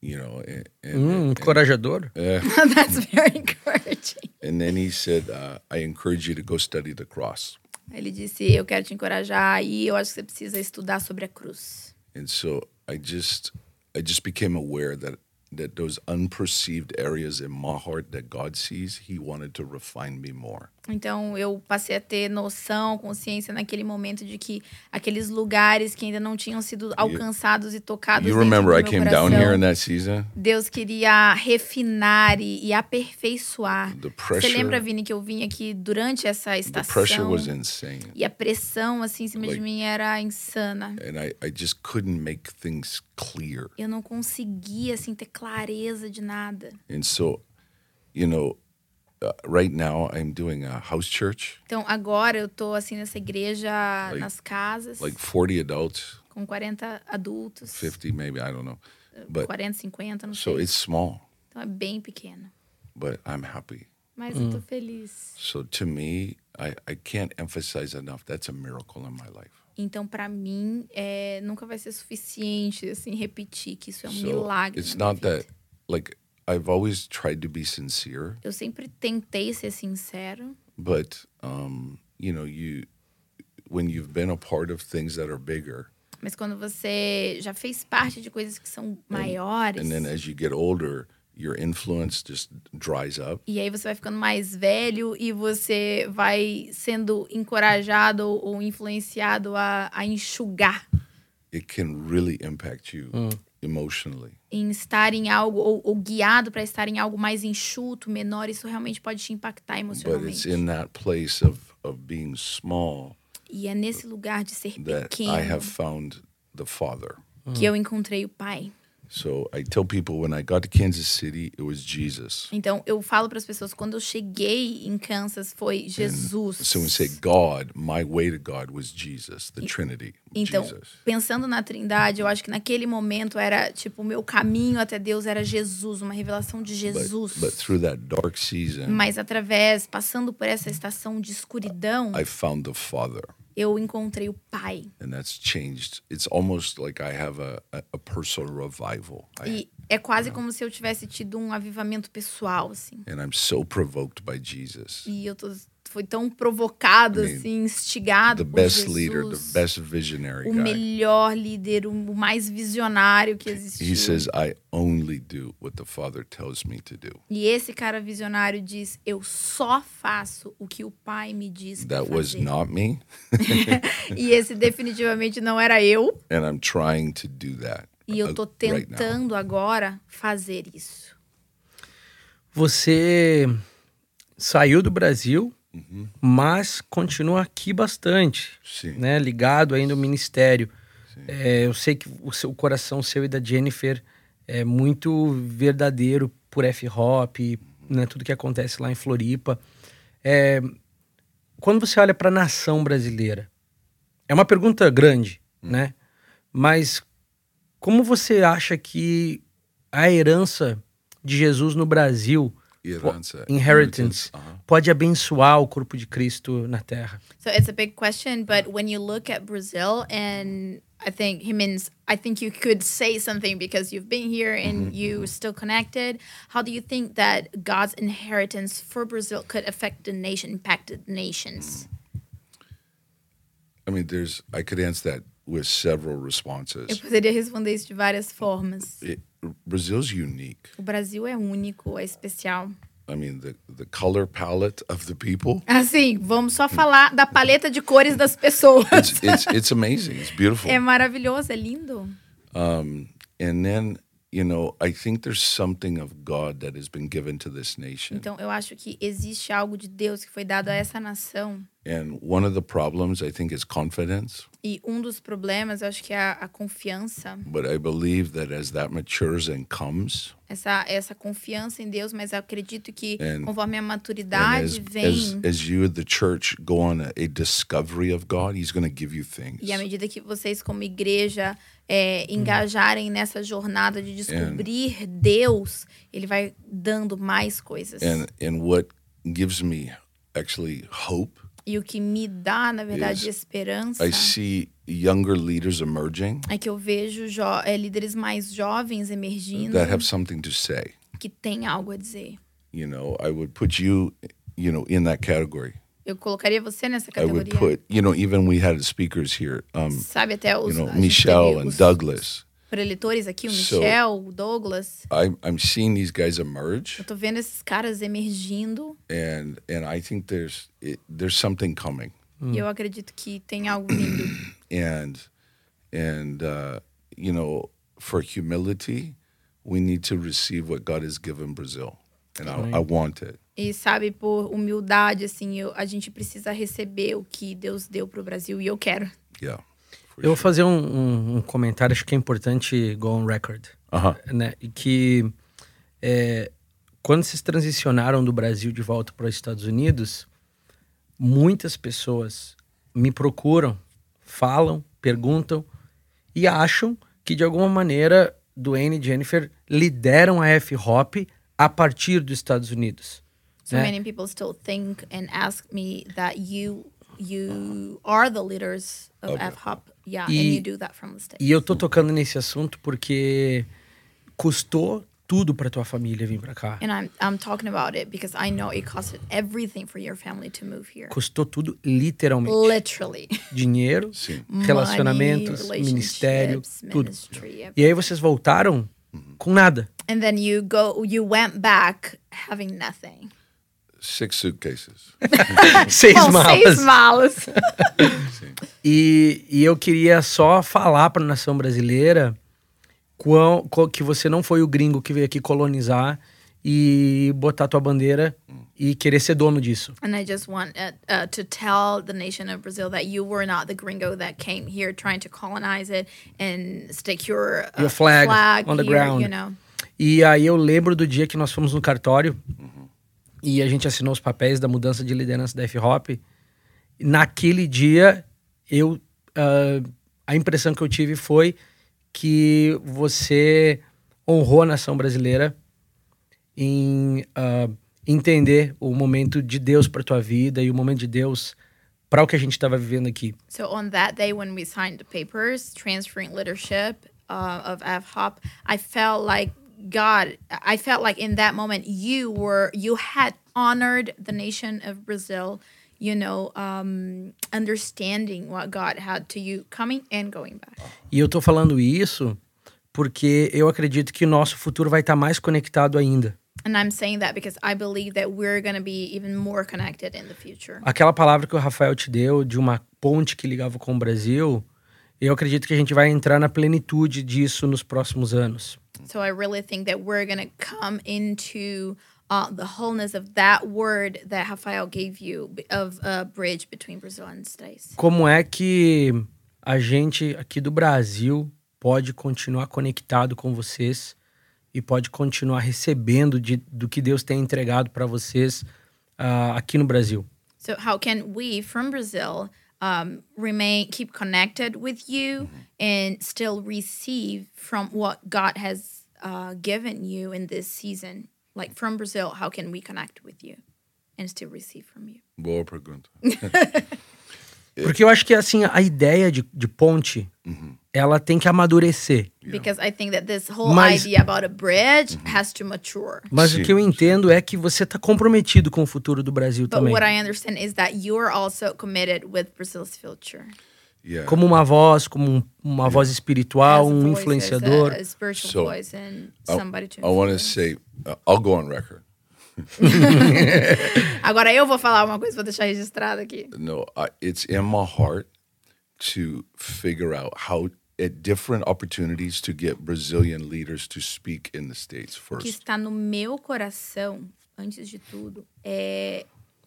you know, and, and,
Hum, encorajador.
É.
[laughs] That's very encouraging.
and then he said, uh, I encourage you to go study the cross.
Ele disse: Eu quero te encorajar e eu acho que você precisa estudar sobre a cruz.
And so I just, I just became aware that that those unperceived areas in my heart that God sees, He wanted to refine me more.
Então eu passei a ter noção, consciência naquele momento de que aqueles lugares que ainda não tinham sido alcançados e tocados.
You
dentro
remember
do
I
meu
came down here
coração,
in that season.
Deus queria refinar e, e aperfeiçoar.
The
Você lembra,
pressure,
Vini, que eu vim aqui durante essa
the pressure
estação?
was insane.
E a pressão, assim, em cima de
Like-
mim era insana.
and I, I just couldn't make things clear.
Eu não conseguia, assim, ter clareza de nada.
And so, you know, uh, right now I'm doing a house church,
Então, agora eu tô, assim, nessa igreja,
Like-
nas casas,
like 40 adults,
com 40 adultos,
50 maybe, I don't know. But
40, 50, não
so
sei.
it's small,
Então, é bem pequeno.
but I'm happy.
Mas eu tô feliz.
So to me, I, I can't emphasize enough that's a miracle in my life.
Então, pra mim, é, nunca vai ser suficiente, assim, repetir que isso é um
So
milagre.
it's
na minha
not
vida.
that, like, I've always tried to be sincere,
Eu sempre tentei ser sincero.
but, um, you know, you when you've been a part of things that are bigger,
Mas quando você já fez parte de coisas que são maiores,
and then as you get older your influence just dries up
e aí você vai ficando mais velho e você vai sendo encorajado ou, ou influenciado a, a enxugar
it can really impact you emotionally
em estar em algo, ou, ou guiado para estar em algo mais enxuto, menor, isso realmente pode te impactar
but it's
emocionalmente.
in that place of of being small
E é nesse lugar de ser
that
pequeno
i have found the father
que eu encontrei o pai.
so i tell people when i got to kansas city it was jesus
Então eu falo para as pessoas, quando eu cheguei em Kansas foi Jesus.
so we say god my way to god was jesus the trinity
Então,
jesus
pensando na Trindade, eu acho que naquele momento era tipo o meu caminho até Deus era Jesus, uma revelação de
but,
Jesus.
but through that dark season
Mas através, passando por essa estação de escuridão,
i found the father
eu encontrei o Pai.
and that's changed. It's almost like I have a, a, a personal revival, I,
E é quase como se eu tivesse tido um avivamento pessoal, assim.
and I'm so provoked by Jesus,
E eu tô, fui tão provocado,
I mean,
assim, instigado
the
por
best
Jesus,
leader, the best visionary
o
guy.
melhor líder, o mais visionário que existiu.
He says, "I only do what the Father tells me to do."
E esse cara visionário diz: Eu só faço o que o pai me diz pra
That was
fazer.
not me,
[laughs] E esse definitivamente não era eu.
and I'm trying to do that.
E eu
uh,
tô
right now.
tentando agora fazer isso.
Você saiu do Brasil, Uhum. mas continua aqui bastante,
Sim.
né? Ligado ainda ao ministério. É, eu sei que o seu o coração seu e da Jennifer é muito verdadeiro por F-Hop, né? Tudo que acontece lá em Floripa. É, quando você olha para a nação brasileira, é uma pergunta grande, né? Mas como você acha que a herança de Jesus no Brasil
Herança,
inheritance.
uh-huh.
pode abençoar o corpo de Cristo na Terra?
So it's a big question, but when you look at Brazil and I think Jimenez, I think you could say something because you've been here and you still connected. How do you think that God's inheritance for Brazil could affect the nation, impact the nations?
I mean, there's. I could answer that with several responses.
Eu poderia responder isso de várias formas.
It- Brazil's unique.
O Brasil é único, é especial.
I mean, the the color palette of the people.
[laughs] Assim, vamos só falar da paleta de cores das pessoas.
[laughs] It's it's it's amazing. It's beautiful.
É maravilhoso, é lindo.
And then, you know, I think there's something of God that has been given to this nation.
Então, eu acho que existe algo de Deus que foi dado a essa nação.
And one of the problems, I think, is confidence.
E um dos problemas, eu acho que é a, a confiança.
But I believe that as that matures and comes,
Essa, essa confiança em Deus, mas eu acredito que
And-
conforme a
and
maturidade
as, as,
vem,
as you, the church, go on a, a discovery of God, He's going to give you things.
e à medida que vocês, como igreja, é, engajarem nessa jornada
É.
de descobrir Deus, Ele
É, né?
vai dando mais coisas.
And, and what gives me actually hope
E o que me dá, na verdade,
Yes.
esperança
I see younger leaders emerging
é que eu vejo jo- é, líderes mais jovens emergindo
that have something to say.
que têm algo a dizer.
You know, I would put you, you know, in that category.
Eu colocaria você nessa
I would
categoria.
put, you know, even we had speakers here, um,
Sabe, até
you
os,
know,
a gente
Michelle
teve
and
os
Douglas.
preletores aqui, o
So-
Michel, o Douglas.
I'm I'm seeing these guys emerge,
Eu tô vendo esses caras emergindo
and and I think there's it, there's something coming,
Hum.
e eu acredito que tem algo vindo.
and and uh, you know, for humility, we need to receive what God has given Brazil, and I, I want it.
E sabe, por humildade, assim, eu- a gente precisa receber o que Deus deu pro Brasil e eu quero.
Yeah. for
Eu vou
sure.
fazer um, um- um comentário, acho que é importante go on record.
Uh-huh.
Né? E que é, quando vocês transicionaram do Brasil de volta para os Estados Unidos, muitas pessoas me procuram, falam, perguntam e acham que de alguma maneira Duane e Jennifer lideram a F-Hop a partir dos Estados Unidos.
So
né?
many people still think and ask me that you you are the leaders of F-Hop. Yeah, and
E-
you do that from the States.
E eu tô tocando nesse assunto porque custou tudo para tua família vir para cá.
And I'm, I'm talking about it because I know it costed everything for your family to move here.
Custou tudo literalmente.
Literally.
Dinheiro,
Sim.
relacionamentos,
Money,
ministério,
relationships,
tudo.
ministry, everything.
E aí vocês voltaram com [laughs] nada.
And then you go, you went back
[laughs]
having nothing.
Six suitcases.
Seis
Bom,
malas.
seis
[laughs]
malas.
E, e eu queria só falar pra nação brasileira quão, qual- que você não foi o gringo que veio aqui colonizar e botar tua bandeira e querer ser dono disso.
And I just want uh, uh, to tell the nation of Brazil that you were not the gringo that came here trying to colonize it and stick your, uh,
Ah, Your flag on the
here,
ground.
You know,
E aí eu lembro do dia que nós fomos no cartório e a gente assinou os papéis da mudança de liderança da F-Hop. Naquele dia, eu ah, a impressão que eu tive foi que você honrou a nação brasileira em ah, entender o momento de Deus para tua vida e o momento de Deus para o que a gente estava vivendo aqui.
so on that day when we signed the papers transferring leadership uh, of FHOP, I felt like God. I felt like in that moment you were you had honored the nation of Brazil. You know, um, understanding what God had to you coming and going back.
E eu tô falando isso porque eu acredito que o nosso futuro vai estar mais conectado ainda.
And I'm saying that because I believe that we're going to be even more connected in the future.
Aquela palavra que o Rafael te deu de uma ponte que ligava com o Brasil, eu acredito que a gente vai entrar na plenitude disso nos próximos anos.
So I really think that we're going to come into uh, the wholeness of that word that Rafael gave you b- of a bridge between Brazil and States.
Como é que a gente aqui do Brasil pode continuar conectado com vocês e pode continuar recebendo de, do que Deus tem entregado para vocês ah, aqui no Brasil?
So how can we from Brazil um, remain keep connected with you and still receive from what God has uh, given you in this season? Like from Brazil, how can we connect with you and still receive from you?
Boa pergunta.
Porque eu acho que assim a ideia de, de ponte
Uhum.
ela tem que amadurecer.
Because I think that this whole
Mas-
idea about a bridge has to mature.
Mas
Sim,
o que eu entendo é que você está comprometido com o futuro do Brasil
But
também.
what I understand is that you're also committed with Brazil's future.
Yeah.
como uma voz, como um-
É.
uma voz espiritual,
As é, a
um
voice, as
influenciador.
a, a spiritual
So,
voice and
I-
somebody to
I want to
influence.
say, uh, I'll go on record.
Agora eu vou falar uma coisa, vou deixar registrado aqui.
No, I, it's in my heart to figure out how at different opportunities to get Brazilian leaders to speak in the States
O que
first.
está no meu coração, antes de tudo, é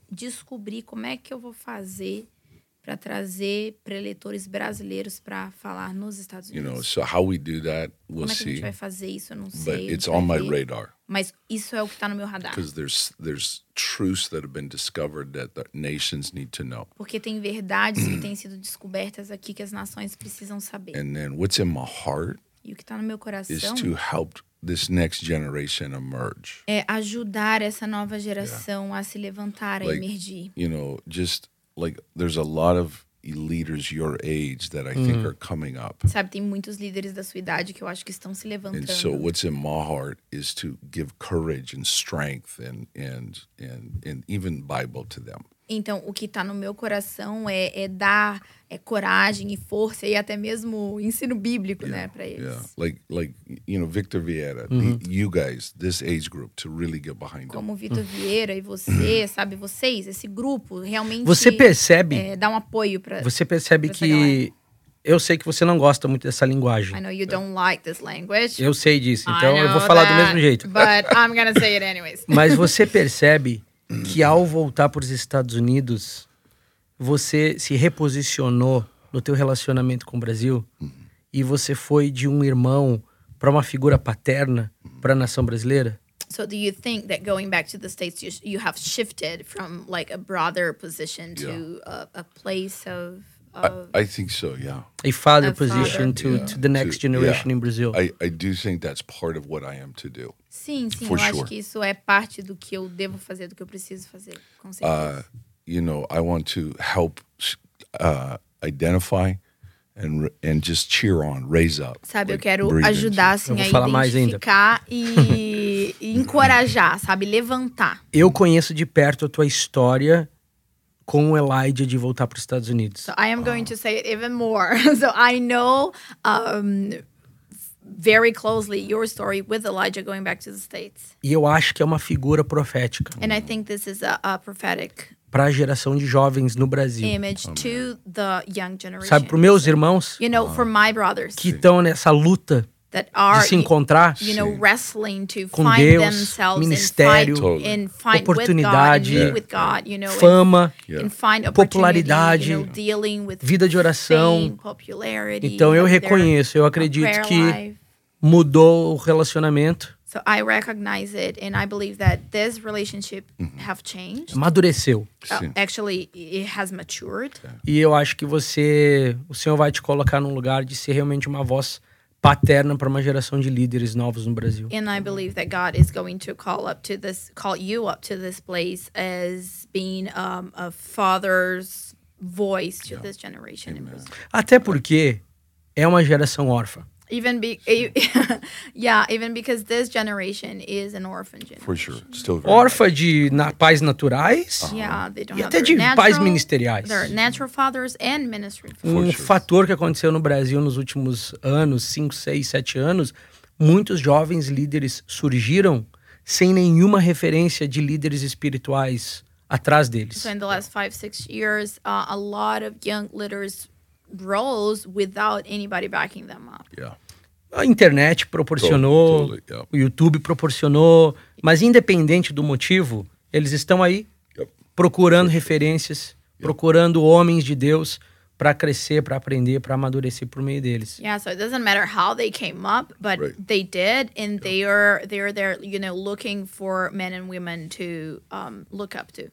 descobrir como é que eu vou fazer para trazer preletores brasileiros para falar nos Estados
You know,
Unidos.
so how we do that, we'll
como é que a gente
see.
vai fazer isso? Eu não sei.
But
a gente
it's
vai
on my
ver.
radar
Mas isso é o que está no meu radar.
because there's there's truths that have been discovered that the nations need to know.
Porque tem verdades
[clears throat]
que têm sido descobertas aqui que as nações precisam saber.
And then what's in my heart
E o que está no meu
is
coração
to help this next generation emerge.
é ajudar essa nova geração a se levantar, a
Like-
emergir.
You know, just like there's a lot of leaders your age that I think are coming up.
Sabe, tem muitos líderes da sua idade que eu acho que estão se
And
levantando.
so what's in my heart is to give courage and strength and and and and even Bible to them.
Então, o que tá no meu coração é, é dar é, coragem e força e até mesmo ensino bíblico, né, pra eles.
Yeah. Like like you know Victor Vieira, the, you guys this age group to really get behind them.
Como o Vitor Vieira e
[clears throat]
você, sabe, vocês, esse grupo, realmente
Você percebe,
é, dá um apoio pra.
você percebe
pra essa galera.
que eu sei que você não gosta muito dessa linguagem.
I know you don't like this language.
Eu sei disso,
I
então eu vou
know
falar do
that,
mesmo jeito.
But I'm gonna say it
[laughs]
anyways.
Mas você percebe que ao voltar para os Estados Unidos, você se reposicionou no teu relacionamento com o Brasil e você foi de um irmão para uma figura paterna para a nação brasileira?
So do you think that going back to the states, you, you have shifted from like a brother position to a, a place of, of
I think so, yeah.
A father
A father.
position to, to the next
To-
generation
yeah.
in Brazil.
I, I do think that's part of what I am to do.
sim, sim, eu
For
acho
sure.
que isso é parte do que eu devo fazer, do que eu preciso fazer, com certeza.
Uh, you know, I want to help uh, identify and r- and just cheer on, raise up.
Sabe, eu
like,
quero
breathe into-
ajudar assim,
Eu vou
a
falar mais ainda.
identificar e, e encorajar, sabe? Levantar.
Eu conheço de perto a tua história com o Elijah de voltar para os Estados Unidos.
So I am going to say it even more. [laughs] so I know um, very closely your story with Elijah going back to the States.
E eu acho que é uma figura profética
And I think this is a, a prophetic
para a geração de jovens no Brasil.
image to the young generation.
oh, Sabe, para meus irmãos ah,
you know, for my brothers
que estão nessa luta
that
de
are,
se encontrar,
you know, wrestling to
Com
find
Deus,
themselves
ministério,
and find, and find with God, and
oportunidade,
meet with God, you know, and-
fama.
and find opportunity,
popularidade,
you know, dealing with
vida de oração.
fame, popularity,
Então eu
of their-
reconheço, eu
of
acredito
prayer
que
life.
mudou o relacionamento,
So I recognize it, and I believe that this relationship have changed.
amadureceu.
Uh,
Sim.
actually, it has matured.
E eu acho que você, o Senhor vai te colocar num lugar de ser realmente uma voz paterna para uma geração de líderes novos no Brasil.
And I believe that God is going to call up to this, call you up to this place as being um, a father's voice to this generation. in Brazil.
Até porque é uma geração órfã.
Even be, e, [laughs] yeah, even because this generation is an orphan generation.
for sure. Still very
Órfã de na, pais naturais
Yeah, they don't
e
have
até de
their
pais
natural-
ministeriais.
their natural fathers and ministry fathers.
Um
sure.
fator que aconteceu no Brasil nos últimos anos, 5, 6, 7 anos, muitos jovens líderes surgiram sem nenhuma referência de líderes espirituais atrás deles.
So in the last five, six years, uh, a lot of young leaders rose without anybody backing them up.
Yeah.
A internet proporcionou,
Totally, yeah.
o YouTube proporcionou, mas independente do motivo, eles estão aí
Yep. [laughs]
procurando referências, procurando homens de Deus para crescer, para aprender, para amadurecer por meio deles.
Yeah, so it doesn't matter how they came up, but
Right.
they did, and they are they're there, you know, looking for men and women to um, look up to.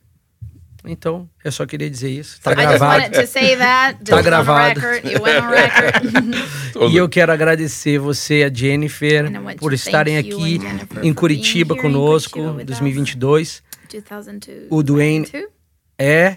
Então, eu só queria dizer isso. Tá
I just wanted
gravado. [laughs]
to say that. This
Tá
is on
gravado.
record.
[laughs]
It went on record. [laughs]
E eu quero agradecer você, a Jennifer,
And I want
por
to
estarem
thank you
aqui
and Jennifer
em
for
Curitiba
being here in
conosco,
Curitiba with us.
2022.
2002.
O Duane
2002?
É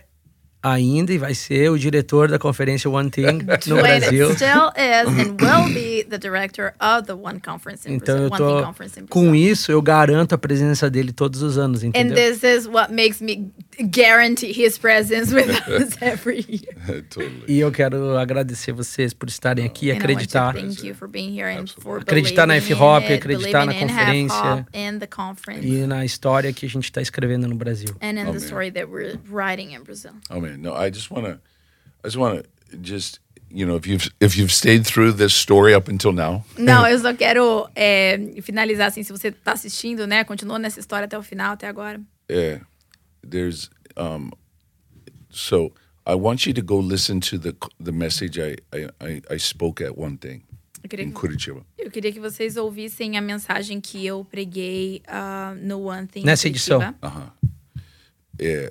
ainda e vai ser o diretor da conferência One
[laughs]
Thing no
Duane
Brasil.
still is
[clears throat]
and will be the director of the One Conference in
Então
Brazil.
eu
One Thing
tô
Conference in Brazil.
com isso eu garanto a presença dele todos os anos,
And
entendeu?
this is what makes me guarantee his presence with us every year.
totally.
E eu quero agradecer vocês por estarem aqui e
And I want to
acreditar.
Thank you for being here and for
Acreditar na
believing
F-Hop,
in it,
acreditar na
believing in
conferência.
F-Hop and the conference
E na história que a gente está escrevendo no Brasil.
and in the
Amém.
story that we're writing in
[laughs]
Brazil.
Oh man, no, I just want to, I just want to, just you know, if you've if you've stayed through this story up until now,
Não, eu só quero é, finalizar assim, se você tá assistindo, né? Continua nessa história até o final, até agora.
yeah, there's um, so I want you to go listen to the the message I I, I, I spoke at one thing
Eu queria
in
que,
Curitiba.
eu queria que vocês ouvissem a mensagem que eu preguei ah, no One Thing.
Nessa
Curitiba.
edição.
Yeah,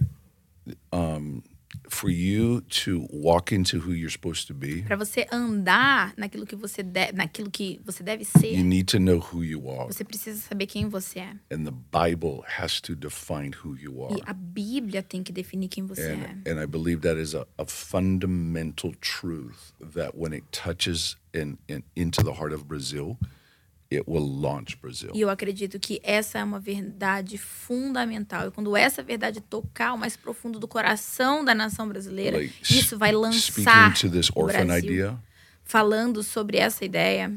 um, for you to walk into who you're supposed to be,
Pra você andar naquilo que você deve, naquilo que você deve ser,
you need to know who you are.
você precisa saber quem você é.
And the Bible has to define who you are.
E a Bíblia tem que definir quem você
And,
é.
and I believe that is a, a fundamental truth that when it touches in, in, into the heart of Brazil, it will launch Brazil.
E eu acredito que essa é uma verdade fundamental. E quando essa verdade tocar o mais profundo do coração da nação brasileira,
Like,
isso vai
Speaking
lançar
to this
o
orphan
Brasil.
idea,
Falando sobre essa ideia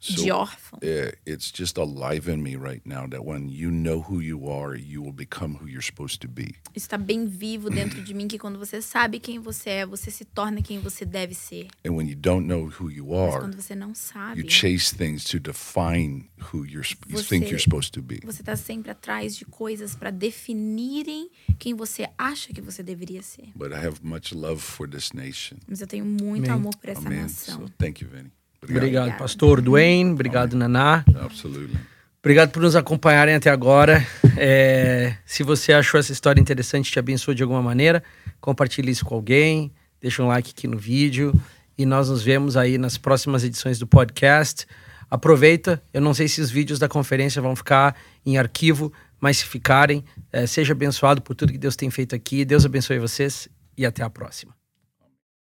de
So-
órfão.
eh, it's just alive in me right now that when you know who you are, you will become who you're supposed to be.
Isso está bem vivo dentro de mim, que quando você sabe quem você é, você se torna quem você deve ser.
And when you don't know who you
Mas
are,
quando você não sabe,
you chase things to define who you're, sp- you think
Você-
you're supposed to be.
você tá sempre atrás de coisas para definirem quem você acha que você deveria ser.
But I have much love for this nation.
Mas eu tenho muito
Amém.
amor por essa
Amen.
nação.
So thank you, Vinny.
Obrigado, pastor Duane. Obrigado, Naná.
Absolutely.
Obrigado por nos acompanharem até agora. É, se você achou essa história interessante, te abençoou de alguma maneira, compartilhe isso com alguém, deixa um like aqui no vídeo e nós nos vemos aí nas próximas edições do podcast. Aproveita, eu não sei se os vídeos da conferência vão ficar em arquivo, mas se ficarem, é, seja abençoado por tudo que Deus tem feito aqui. Deus abençoe vocês e até a próxima.